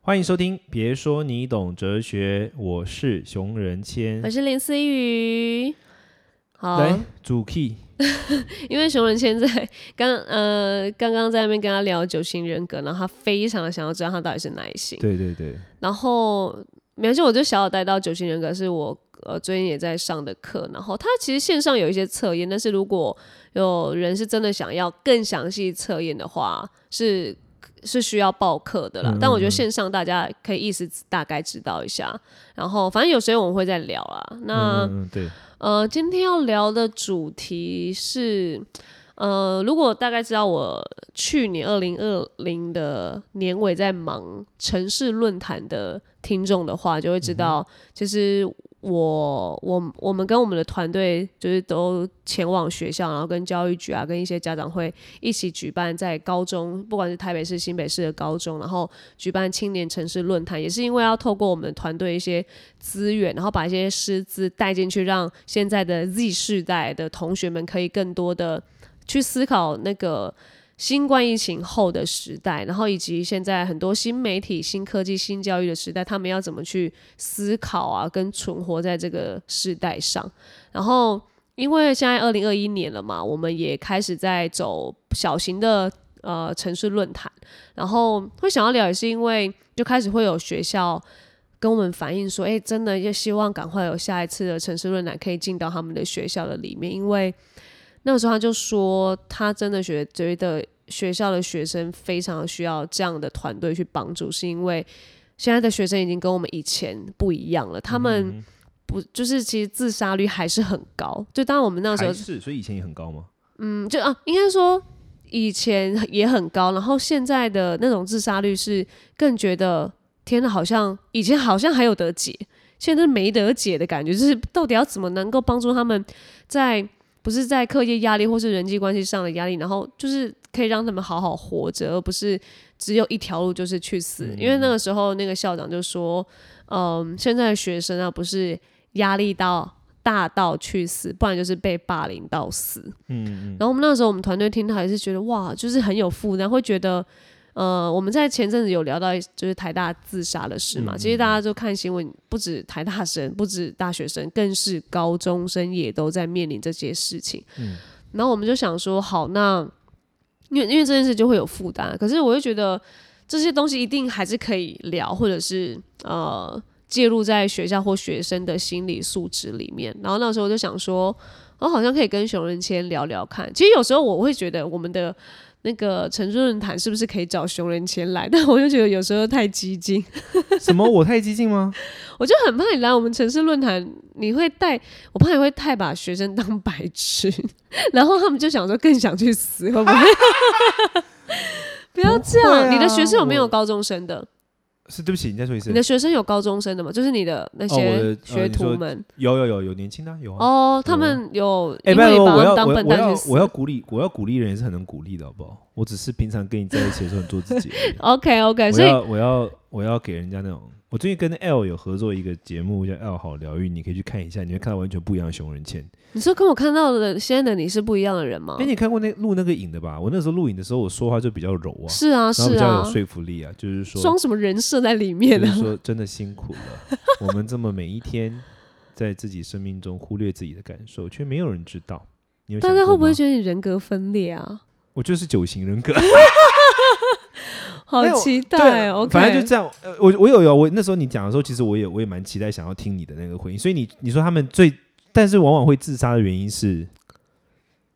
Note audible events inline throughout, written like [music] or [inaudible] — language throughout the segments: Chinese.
欢迎收听，别说你懂哲学，我是熊仁谦我。是林思雨。好，来，主 key，因为熊仁谦在刚 [laughs] 呃刚刚在那边跟他聊九型人格，然后他非常想要知道他到底是哪一型。对对对，然后没关系，我就小小带到九型人格是我呃最近也在上的课，然后它其实线上有一些测验，但是如果有人是真的想要更详细测验的话，是是需要报课的啦。嗯但我嗯觉得线上大家可以意思大概知道一下，然后反正有时间我们会再聊啦。那、嗯嗯嗯对，呃，今天要聊的主题是，呃，如果大概知道我去年二零二零的年尾在忙城市论坛的听众的话，就会知道，其实我我我们跟我们的团队就是都前往学校，然后跟教育局啊，跟一些家长会一起举办在高中，不管是台北市、新北市的高中，然后举办青年城市论坛，也是因为要透过我们团队一些资源，然后把一些师资带进去，让现在的 Z 世代的同学们可以更多的去思考那个新冠疫情后的时代，然后以及现在很多新媒体、新科技、新教育的时代，他们要怎么去思考啊，跟存活在这个时代上。然后，因为现在二零二一年了嘛，我们也开始在走小型的呃城市论坛，然后会想要聊，也是因为就开始会有学校。跟我们反映说，哎、真的也希望赶快有下一次的城市论坛可以进到他们的学校的里面，因为那个时候他就说，他真的觉觉得学校的学生非常需要这样的团队去帮助，是因为现在的学生已经跟我们以前不一样了，他们嗯不就是其实自杀率还是很高，就当我们那时候还是，所以以前也很高吗？嗯，就啊，应该说以前也很高，然后现在的那种自杀率是更觉得天哪，好像以前好像还有得解，现在没得解的感觉，就是到底要怎么能够帮助他们在不是在课业压力或是人际关系上的压力，然后就是可以让他们好好活着，而不是只有一条路就是去死。因为那个时候那个校长就说，嗯，现在的学生啊，不是压力到。大到去死，不然就是被霸凌到死。嗯嗯，然后我们那时候我们团队听到还是觉得哇，就是很有负担，会觉得。呃，我们在前阵子有聊到就是台大自杀的事嘛，其实大家就看新闻，不止台大生，不止大学生，更是高中生也都在面临这些事情。然后我们就想说，好，那因为因为这件事就会有负担，可是我又觉得这些东西一定还是可以聊，或者是呃介入在学校或学生的心理素质里面。然后那时候我就想说，我哦好像可以跟熊仁谦聊聊看。其实有时候我会觉得我们的。那个陈述论坛是不是可以找熊仁谦来？ [laughs] 但我就觉得有时候太激进，什么？我太激进 [laughs] 吗？我就很怕你来我们城市论坛，你会带我怕你会太把学生当白痴，然后他们就想说更想去死，会不会？ [laughs] 不要这不样，会啊你的学生有没有我高中生的？是，对不起，你再说一次你的。学生有高中生的吗？就是你的那哦我的些呃学徒们有有有有年轻的啊有啊。哦，他们有哎，因拜为托，把我他要我们当要笨我蛋要去死我。要鼓励我要鼓励人也是很能鼓励的，好不好？我只是平常跟你在一起的时候很做自己而 [laughs] 已。 OK OK，我哎所以要我要我要给人家那种，我最近跟 L 有合作一个节目叫《L 好疗愈》，你可以去看一下，你会看到完全不一样的熊仁谦。你说跟我看到的现在的你是不一样的人吗哎、？你看过那录那个影的吧？我那时候录影的时候，我说话就比较柔啊，是啊然后是比较啊有，说服力啊，就是说，装什么人设在里面就啊呢是？说真的辛苦了，我们这么每一天在自己生命中忽略自己的感受，却没有人知道。你有大想家过会不会吗觉得你人格分裂啊？我就是九型人格？好没有期待对啊哦，OK，反正就这样。呃，我我有有，我那时候你讲的时候，其实我也我也蛮期待想要听你的那个回应。所以你你说他们最，但是往往会自杀的原因是，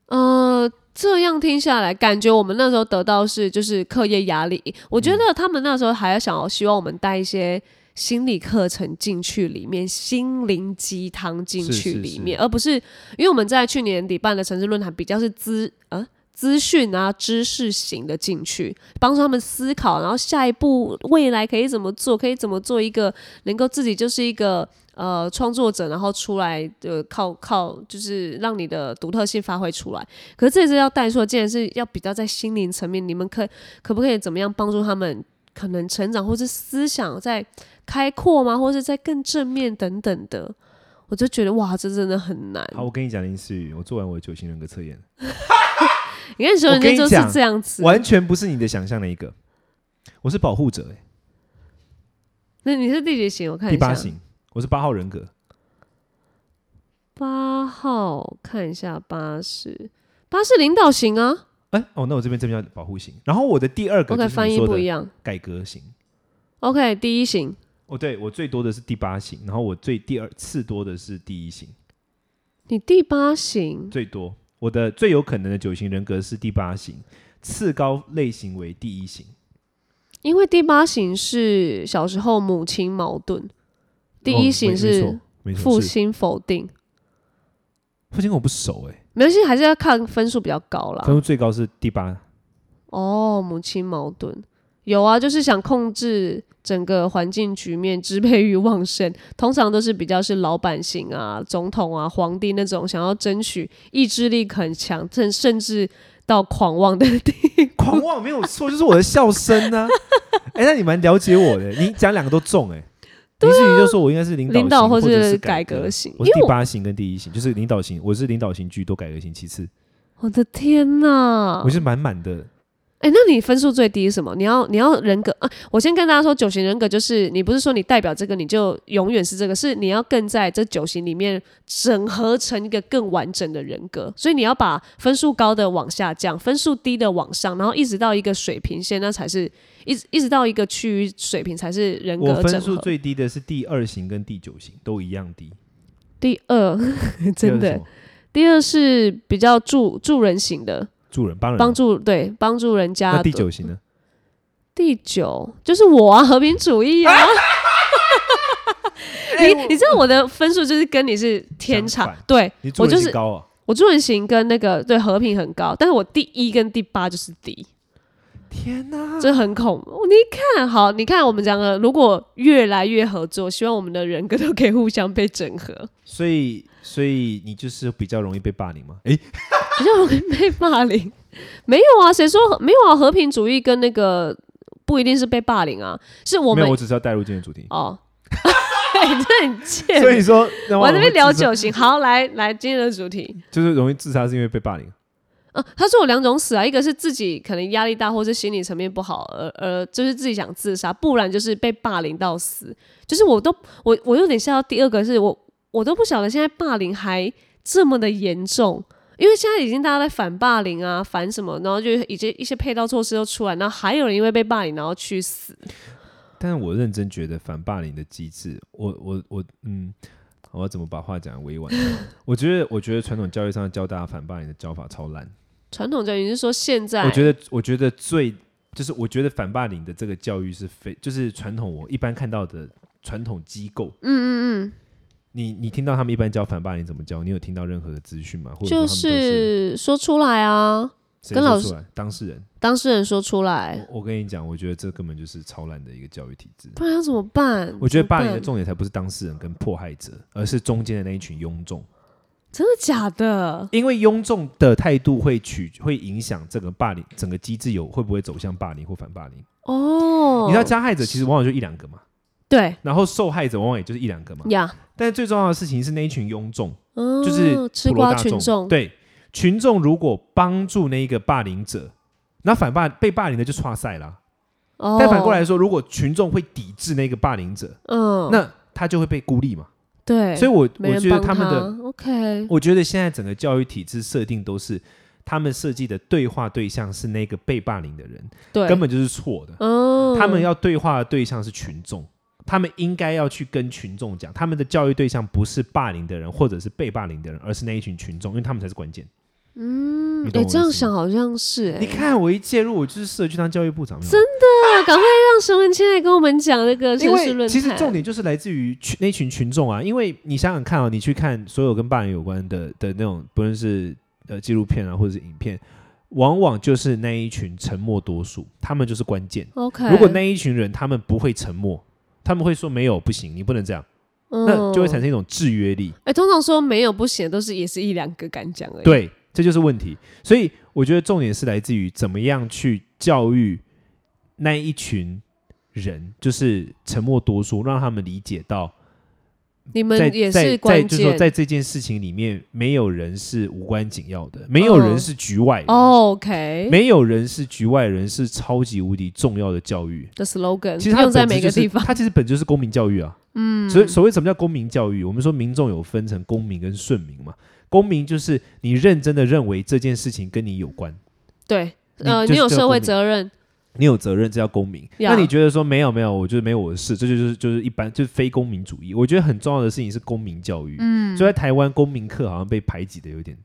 呃，这样听下来，感觉我们那时候得到是就是课业压力。我觉嗯得他们那时候还想要希望我们带一些心理课程进去里面，心灵鸡汤进是去是里是面，而不是因为我们在去年底办的城市论坛比较是资呃。资讯啊，知识型的进去，帮助他们思考，然后下一步未来可以怎么做，可以怎么做一个能够自己就是一个呃创作者，然后出来呃靠靠就是让你的独特性发挥出来。可是这次要带出的，竟然是要比较在心灵层面，你们可可不可以怎么样帮助他们可能成长，或是思想在开阔吗，或是在更正面等等的。我就觉得哇，这真的很难。好，我跟你讲林思雨，我做完我的九型人格测验，你看，所有我跟人你就是讲这样子，完全不是你的想象的一个，我是保护者、欸，那你是第几型？我看第一下。八型，我是八号人格，八号，看一下八是八是领导型啊。哎、哦，那我这边这边叫保护型，然后我的第二个 OK，就是翻你译说不一的样。改革型， OK，第一型。哦，对我最多的是第八型，然后我最第二次多的是第一型，你第八型，最多我的最有可能的九型人格是第八型，次高类型为第一型，因为第八型是小时候母亲矛盾，第一型是哦没没错没错父是亲否定。父亲跟我不熟哎、没关系，还是要看分数比较高分啦。数最高是第八，哦，母亲矛盾有啊，就是想控制整个环境局面，支配欲旺盛，通常都是比较是老百姓啊、总统啊、皇帝那种想要争取，意志力很强，甚甚至到狂妄的地狂妄没有错，就是我的笑声呢、哎、那你蛮了解我的，你讲两个都中哎、林志宇就说我应该是领啊领导型或或者是是改革革型我因是为第我八型跟第一型，就是领导型，我是领导型居多，改革型其次，我的天呐！我是满满的哎、那你分数最低是什么？你要你要人格啊！我先跟大家说，九型人格就是你不是说你代表这个你就永远是这个，是你要更在这九型里面整合成一个更完整的人格。所以你要把分数高的往下降，分数低的往上，然后一直到一个水平线，那才是一直一直到一个区域水平才是人我格整分数合。最低的是第二型跟第九型都一样低，第二， [laughs] 真第二是什的么，第二是比较助助人型的，助人帮人吗帮助对帮助人家那的。第九型呢？第九就是我啊，和平主义啊。 [laughs] 你你知道我的分数就是跟你是天相差反，对你助我就人是性高啊！我助人型跟那个对和平很高，但是我第一跟第八就是低，天哪，这很恐怖。你看好，你看我们两个如果越来越合作，希望我们的人格都可以互相被整合， [laughs] 所以所以你就是比较容易被霸凌吗？诶，比较容易被霸凌。没有啊，谁说没有啊？和平主义跟那个不一定是被霸凌啊，是我没们有，我只是要带入今天的主 [laughs] 题。哦，对，你真的很贱。所以说，那我这边聊自杀酒型，好，来来，今天的主题，就是容易自杀是因为被霸凌，嗯、他说有两种死啊，一个是自己可能压力大，或是心理层面不好，而而就是自己想自杀，不然就是被霸凌到死。就是我都我我有点吓到，第二个是我我都不晓得现在霸凌还这么的严重。因为现在已经大家在反霸凌啊，反什么，然后就已经一些配套措施都出来，然后还有人因为被霸凌然后去死。但是我认真觉得反霸凌的机制，我我我嗯。我要怎么把话讲得委婉？ [laughs] 我觉得，我觉得传统教育上教大家反霸凌的教法超烂。传统教育是说现在，我觉得，我觉得最就是我觉得反霸凌的这个教育是非，就是传统我一般看到的传统机构，嗯嗯嗯，你你听到他们一般教反霸凌怎么教？你有听到任何的资讯吗？或者说就他们都是是说出来啊，谁跟说老出师哎来当事人？当事人说出来。我我跟你讲，我觉得这根本就是超烂的一个教育体制。不然要怎么办？我觉得怎么霸办凌的重点才不是当事人跟迫害者，而是中间的那一群庸众，真的假的？因为庸众的态度会取会影响这个霸凌整个机制有会不会走向霸凌或反霸凌。哦，你知道加害者其实往往就一两个嘛，对然后受害者往往也就是一两个嘛。呀，但最重要的事情是那一群庸众，嗯，就是吃普罗瓜大群众，对，群众如果帮助那一个霸凌者，那反霸被霸凌的就岔赛啦。哦，但反过来说，如果群众会抵制那个霸凌者，嗯，那他就会被孤立嘛。对，所以以我没我人觉得帮他们的， OK，我觉得现在整个教育体制设定都是他们设计的对话对象是那个被霸凌的人，对，根本就是错的。嗯，他们要对话的对象是群众，他们应该要去跟群众讲，他们的教育对象不是霸凌的人或者是被霸凌的人，而是那一群群众，因为他们才是关键。嗯你，懂哎，我这意样思想好像是哎，你看我一介入，我就是适合去当教育部长。真啊，赶快让沈文清来跟我们讲那个因城市为论其实坛重点就是来自于群那群群众啊，因为你想想看啊，你去看所有跟霸凌有关的的那种，不论是呃纪录片啊，或者是影片，往往就是那一群沉默多数，他们就是关键。 OK，如果那一群人他们不会沉默，他们会说没有不行，你不能这样，那就会产生生一种制约力。嗯哎，通常说没有不行，都是也是一两个敢讲而已，，对，这就是问题。所以我觉得重点是来自于怎么样去教育那一群人，就是沉默多数，让他们理解到你在们也在是在关就是说键在这件事情里面，没有人是无关紧要的，没有人嗯是局外人，哦 OK 没有人是局外人，是超级无敌重要的教育。的 slogan，其实它呃的用在本每质个就是地方。它其实本质就是公民教育啊。嗯，所以所谓什么叫公民教育？我们说民众有分成公民跟顺民嘛。公民就是你认真的认为这件事情跟你有关，对，你呃，就是你有这个社公会民责任，你有责任，这叫公民。呀那你觉得说没有没有，我觉得没有我的事，这就是就是一般就是非公民主义。我觉得很重要的事情是公民教育。嗯，所以在台湾公民课好像被排挤的有点，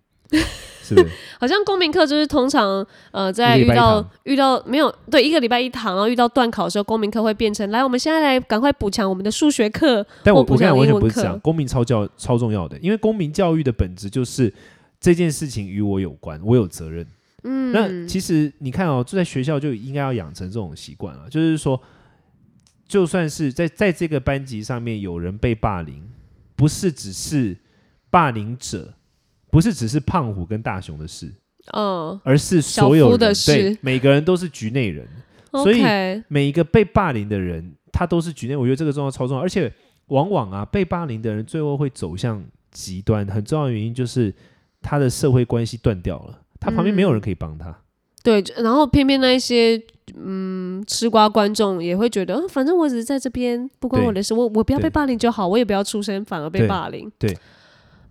是不是？好像公民课就是通常呃，在一个礼遇拜一到堂遇到没有对一个礼拜一堂，然后遇到断考的时候，公民课会变成来，我们现在来赶快补强我们的数学课。但我或我补现在讲完全英文不是课这样，公民超教超重要的，因为公民教育的本质就是这件事情与我有关，我有责任。嗯，那其实你看哦，就在学校就应该要养成这种习惯啊，就是说，就算是在在这个班级上面有人被霸凌，不是只是霸凌者，不是只是胖虎跟大雄的事，嗯而是小所有夫人的对事每个人都是局内人。所以，OK，每一个被霸凌的人，他都是局内，我觉得这个重要超重要，而且往往啊，被霸凌的人最后会走向极端，很重要的原因就是他的社会关系断掉了，他旁边没有人可以帮他。对，就然后偏偏那一些嗯吃瓜观众也会觉得，嗯、反正我只是在这边，不关对我的事，我我不要对被霸凌就好，我也不要出声，反而被对霸凌。对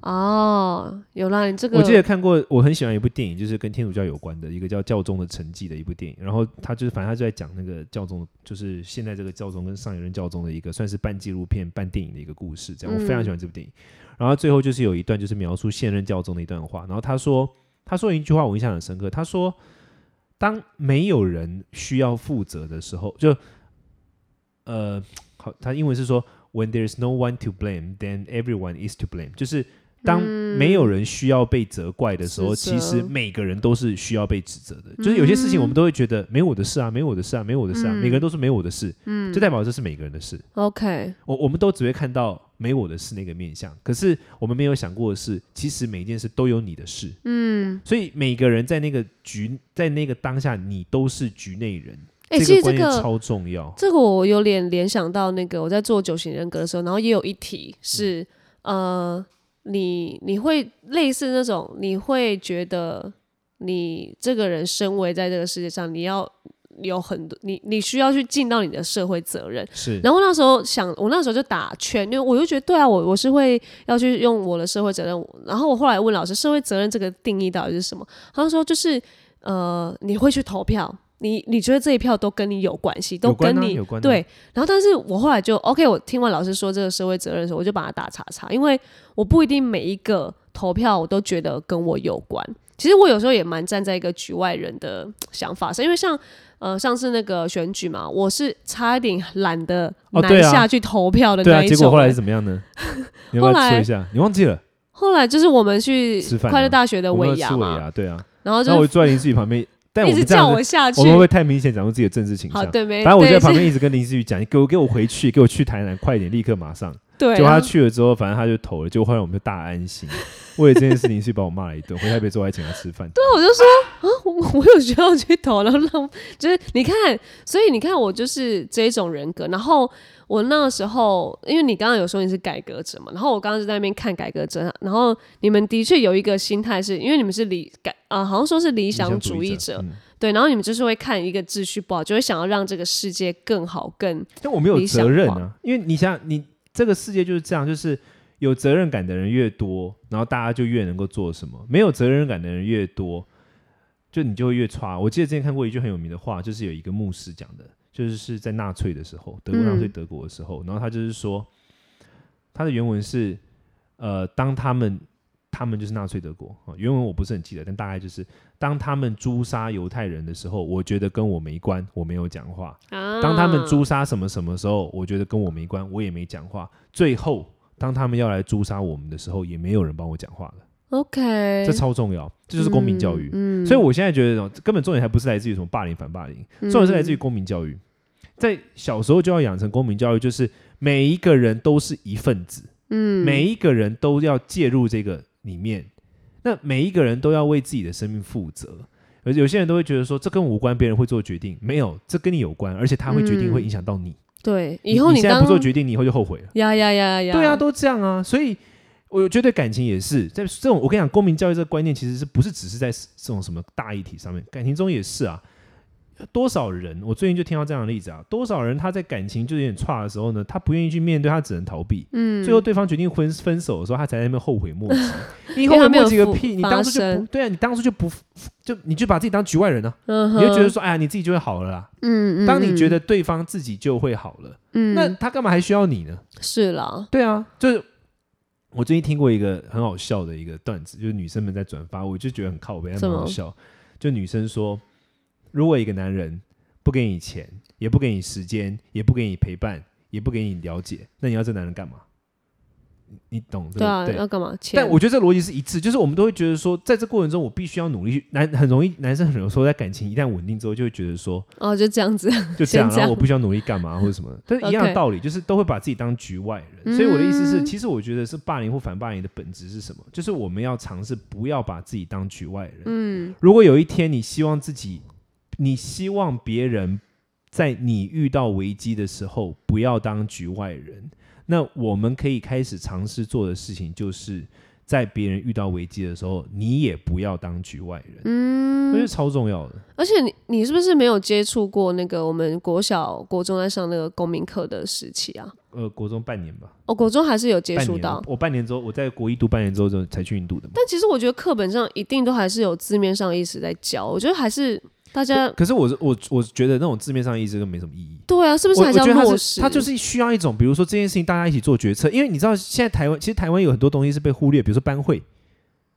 哦，有啦，你这个我记得看过，我很喜欢一部电影，就是跟天主教有关的一个叫《教宗的成绩》的一部电影。然后他就是反正他就在讲那个教宗，就是现在这个教宗跟上一任教宗的一个算是半纪录片、半电影的一个故事。这样，我非常喜嗯欢这部电影。然后最后就是有一段就是描述现任教宗的一段话。然后他说，他说一句话我印象很深刻，他说：“当没有人需要负责的时候，就呃，好，他英文是说 “When there's no one to blame, then everyone is to blame”，就是当没有人需要被责怪的时候，指责其实每个人都是需要被指责的。嗯就是有些事情我们都会觉得没我的事啊，没我的事啊，没我的事啊，每个人都是没我的事，嗯，就代表这是每个人的事。 OK，我我们都只会看到没我的事那个面相，可是我们没有想过的是，其实每一件事都有你的事，嗯，所以每个人在那个局，在那个当下，你都是局内人。哎、这其个实这观念个超重要，这个我有点联想到那个我在做九型人格的时候，然后也有一题是、呃，你你会类似那种，你会觉得你这个人身为在这个世界上，你要有很多你你需要去尽到你的社会责任。是然后那时候想，我那时候就打圈，因为我就觉得对啊，我我是会要去用我的社会责任。然后我后来问老师，社会责任这个定义到底是什么？他就说就是呃，你会去投票，你你觉得这一票都跟你有关系，都有关跟啊你、有关啊对。然后但是我后来就 OK，我听完老师说这个社会责任的时候，我就把它打叉叉，因为我不一定每一个投票我都觉得跟我有关。其实我有时候也蛮站在一个局外人的想法上，因为像呃上次那个选举嘛，我是差一点懒得哦南对啊下去投票的对那啊，一种、哎结果后来是怎么样 [laughs] 呢？你要不要后来说一下？你忘记了？后来就是我们去吃饭啊快乐大学的我们要尾吃牙尾嘛，牙，对啊。然后然后就我就坐在林思雨旁 [laughs] 边，但我一直们这样叫子我，下去我。们会不会太明显讲出自己的政治倾好，向？对，没，反正我就对在旁是边一直跟林思雨讲，给我给我回去，给我去台南，快点，立刻马上。对，结果他然后去了之后，反正他就投了，结果后来我们就大安心。为了这件事情，是把我骂了一顿，回台北之后还请他吃 [laughs] 饭。对，我就说啊，我我有需要去投，然后让就是你看，所以你看我就是这种人格。然后我那时候，因为你刚刚有说你是改革者嘛，然后我刚刚就在那边看改革者，然后你们的确有一个心态是，因为你们是理改啊、好像说是理理想主主义者者，，嗯对，然后你们就是会看一个秩序不好，就会想要让这个世界更好更但我没有理想责任啊化，因为你想想，你这个世界就是这样，就是有责任感的人越多，然后大家就越能够做什么；没有责任感的人越多，就你就会越差。我记得之前看过一句很有名的话，就是有一个牧师讲的，就是是在纳粹的时候，德国纳粹嗯德国的时候，然后他就是说，他的原文是，呃，当他们他们就是纳粹德国啊，原文我不是很记得，但大概就是当他们诛杀犹太人的时候，我觉得跟我没关，我没有讲话。啊。当他们诛杀什么什么时候，我觉得跟我没关，我也没讲话。最后，当他们要来诛杀我们的时候，也没有人帮我讲话了。 OK，这超重要，这就是公民教育。嗯，嗯所以我现在觉得，根本重点还不是来自于什么霸凌反霸凌，重点是嗯来自于公民教育。在小时候就要养成公民教育，就是每一个人都是一份子，嗯每一个人都要介入这个里面，那每一个人都要为自己的生命负责。而有些人都会觉得说，这跟我无关，别人会做决定，没有，这跟你有关，而且他会决定，嗯会影响到你。对，你以后你现在当不做决定，你以后就后悔了。呀呀呀呀，对啊，，都这样啊，所以我觉得感情也是，在这种我跟你讲，公民教育这个观念其实是不是只是在这种什么大议题上面，感情中也是啊。多少人，我最近就听到这样的例子啊，多少人他在感情就有点差的时候呢，他不愿意去面对，他只能逃避。嗯，最后对方决定分分手的时候，他才在那边后悔 [laughs] 莫及。你因后为悔他没莫有及个付屁！你发当初就生不对啊，你当初就不就你就把自己当局外人啊，嗯你哼，就觉得说，哎呀，你自己就会好了啦。嗯，嗯嗯，当你觉得对方自己就会好了，嗯，那他干嘛还需要你呢？是啦，对啊，就是我最近听过一个很好笑的一个段子，就是女生们在转发，我就觉得很靠背，还怎蛮么好笑。就女生说，如果一个男人不给你钱，也不给你时间，也不给你陪伴，也不给你了解，那你要这男人干嘛？你你懂这对个啊，对要干嘛？钱但我觉得这逻辑是一致，就是我们都会觉得说，在这过程中，我必须要努力去。男很容易，男生很容易说，在感情一旦稳定之后，就会觉得说，哦，就这样子， [laughs] [laughs] 就这样，先这然样后我不需要努力干 [laughs] 嘛或者什么的，但是一样的 OK 道理，就是都会把自己当局外人。所以我的意思是，嗯其实我觉得是霸凌或反霸凌的本质是什么？就是我们要尝试不要把自己当局外人。嗯，如果有一天你希望自己，你希望别人在你遇到危机的时候不要当局外人，那我们可以开始尝试做的事情就是。在别人遇到危机的时候，你也不要当局外人，嗯，我觉得超重要的。而且你你是不是没有接触过那个我们国小、国中在上那个公民课的时期啊？呃，国中半年吧，哦，国中还是有接半触年哦到我，我半年之后，我在国一读半年之后就才去印度的嘛。但其实我觉得课本上一定都还是有字面上意思在教，我觉得还是大家可是我是我我觉得那种字面上的意思根本没什么意义。对啊，是不我是我还是觉要得落它实？是它就是需要一种，比如说这件事情大家一起做决策，因为你知道现在台湾其实台湾有很多东西是被忽略，比如说班会，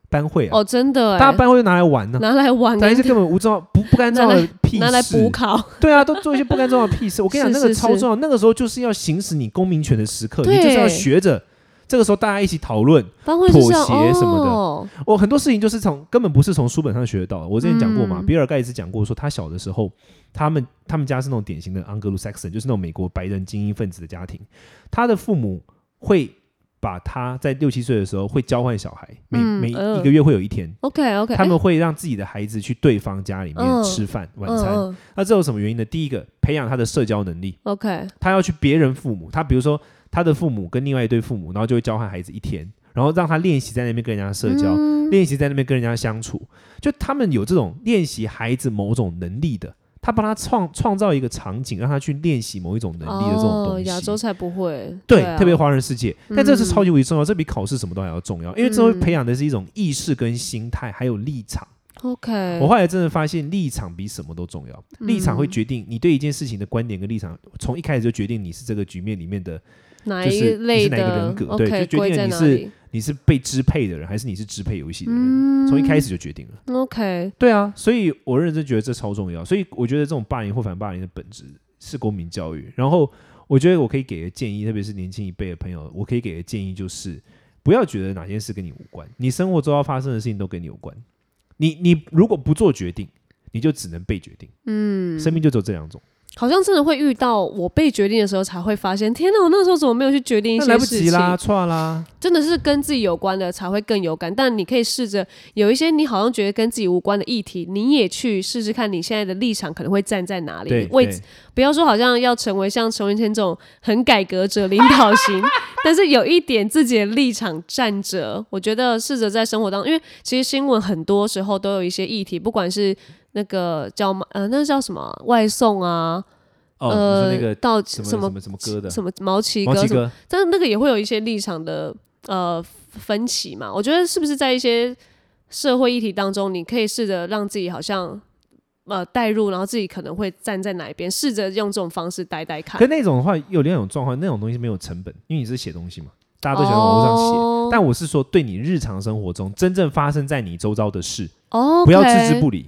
班会啊，哦，真的大家哎，班会就拿来玩呢、拿来玩，但是根本无照不不干照的屁事，拿来补考，对啊，都做一些不干重要的屁事。我跟你讲， [laughs] 是那个是超是重要，那个时候就是要行使你公民权的时刻，你对就是要学着。这个时候大家一起讨论，班会是这样妥协什么的哦，我很多事情就是从根本不是从书本上学得到的。我之前讲过嘛，嗯比尔盖茨讲过说，他小的时候，他们他们家是那种典型的盎格鲁撒克逊，就是那种美国白人精英分子的家庭。他的父母会把他在六七岁的时候会交换小孩，每、嗯每嗯一个月会有一天， OK OK，他们会让自己的孩子去对方家里面嗯吃饭、晚餐。嗯嗯那这有什么原因呢？第一个，培养他的社交能力， OK，他要去别人父母，他比如说他的父母跟另外一对父母，然后就会交换孩子一天，然后让他练习在那边跟人家社交。嗯练习在那边跟人家相处，就他们有这种练习孩子某种能力的，他帮他创创造一个场景，让他去练习某一种能力的这种哦东西。亚洲才不会，对，啊特别华人世界，但这是嗯超级无敌重要，这比考试什么都还要重要，因为这会嗯培养的是一种意识跟心态，还有立场。 OK，我后来真的发现，立场比什么都重要，立场会嗯决定你对一件事情的观点跟立场，从一开始就决定你是这个局面里面的，哪就是一类你是哪一个的人格 OK，对就决定了归在你哪是里你是被支配的人，还是你是支配游戏的人，嗯，从一开始就决定了。 OK，对啊，所以我认真觉得这超重要。所以我觉得这种霸凌或反霸凌的本质是公民教育。然后我觉得我可以给的建议，特别是年轻一辈的朋友，我可以给的建议就是，不要觉得哪件事跟你无关，你生活周遭发生的事情都跟你有关。你你如果不做决定，你就只能被决定。嗯，生命就只有这两种，好像真的会遇到我被决定的时候才会发现，天哪，我那时候怎么没有去决定一那些来不事及情？啦，错啦。真的是跟自己有关的才会更有感。但你可以试着有一些你好像觉得跟自己无关的议题，你也去试试看，你现在的立场可能会站在哪里对，位对置。不要说好像要成为像陈文谦这种很改革者、领导型， [laughs] 但是有一点自己的立场站着，我觉得试着在生活当中，因为其实新闻很多时候都有一些议题，不管是那个叫呃那叫什么啊外送啊，哦，你呃说那个到什么什什么么什么歌的什么毛奇毛哥奇什么，哥，但是那个也会有一些立场的呃分歧嘛。我觉得是不是在一些社会议题当中，你可以试着让自己好像。呃，代入，然后自己可能会站在哪一边，试着用这种方式待待看。可那种的话有另一种状况，那种东西没有成本，因为你是写东西嘛，大家都喜欢网络上写。哦但我是说，对你日常生活中真正发生在你周遭的事，哦，不要置之不理，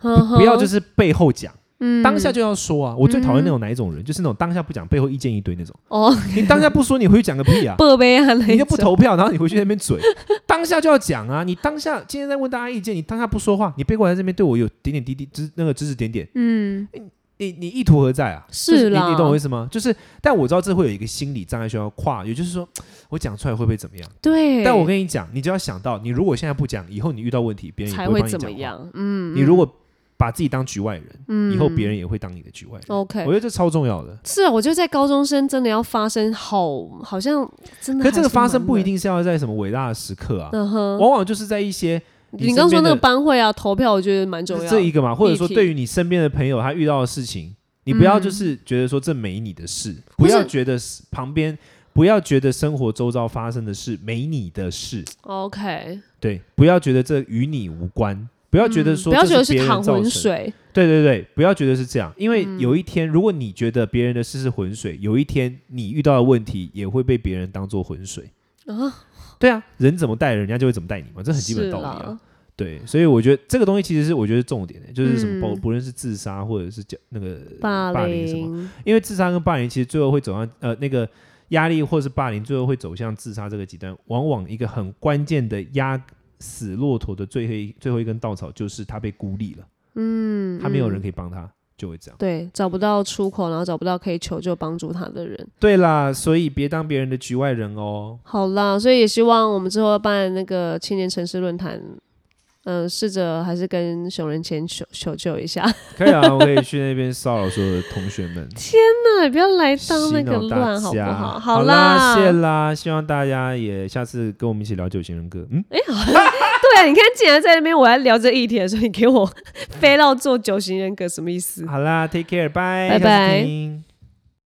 不不要就是背后讲，嗯当下就要说啊。我最讨厌那种哪一种人，就是那种当下不讲，背后意见一堆那种。哦，你当下不说，你回去讲个屁啊！不杯 [laughs] 啊，你就不投票，然后你回去那边嘴， [laughs] 当下就要讲啊！你当下今天在问大家意见，你当下不说话，你背过来这边对我有点点滴滴指那个指指点点，嗯，你你意图何在啊？是就是你啦你懂我意思吗？就是，但我知道这会有一个心理障碍需要跨，也就是说，我讲出来会不会怎么样？对。但我跟你讲，你就要想到，你如果现在不讲，以后你遇到问题，别人也才不会会帮你怎讲么话。样？嗯，你如果把自己当局外人，嗯，哦以后别人也会当你的局外人。 OK 我觉得这超重要的。是啊，我觉得在高中生真的要发生好，好像真的。可这个发生不一，定是要在什么伟大的时刻啊，嗯哼。往往就是在一些你刚说那个班班会啊，投票，我觉得蛮重要。这一个嘛，或者说议题对于你身边的朋友他遇到的事情，你不要就是觉得说这没你的事，不要嗯或是觉得是旁边，不要觉得生活周遭发生的事没你的事， OK，嗯对，不要觉得这与你无关，不要觉得说嗯不要觉得嗯这是别人淌造浑成水，嗯对对对，不要觉得是这样，因为有一天，如果你觉得别人的事是浑水，有一天你遇到的问题也会被别人当做浑水啊。对啊，人怎么待人，人家就会怎么待你嘛，这很基本道理是啦啊。对，所以我觉得这个东西其实是我觉得重点的，就是什么不、嗯不论是自杀或者是叫那个霸霸凌什么，凌，因为自杀跟霸凌其实最后会走向呃那个压力或是霸凌，最后会走向自杀这个极端。往往一个很关键的压死骆驼的最后一最后一根稻草，就是他被孤立了，嗯，他没有嗯人可以帮他，就会这样。对，找不到出口，然后找不到可以求救帮助他的人。对啦，所以别当别人的局外人哦。好啦，所以也希望我们之后办那个青年城市论坛，嗯、试着还是跟熊仁谦求求救一下。 [laughs] 可以啊，我可以去那边骚扰所有的同学们，那也不要来洗当那个脑大乱，好不家。好？好啦，谢啦，希望大家也下次跟我们一起聊九型人格。嗯，对啊，你看，竟然在那边我在聊这议题的时 [laughs] 候，你给我飞到做九型人格，什么意思？好啦，take care，拜，拜下次拜听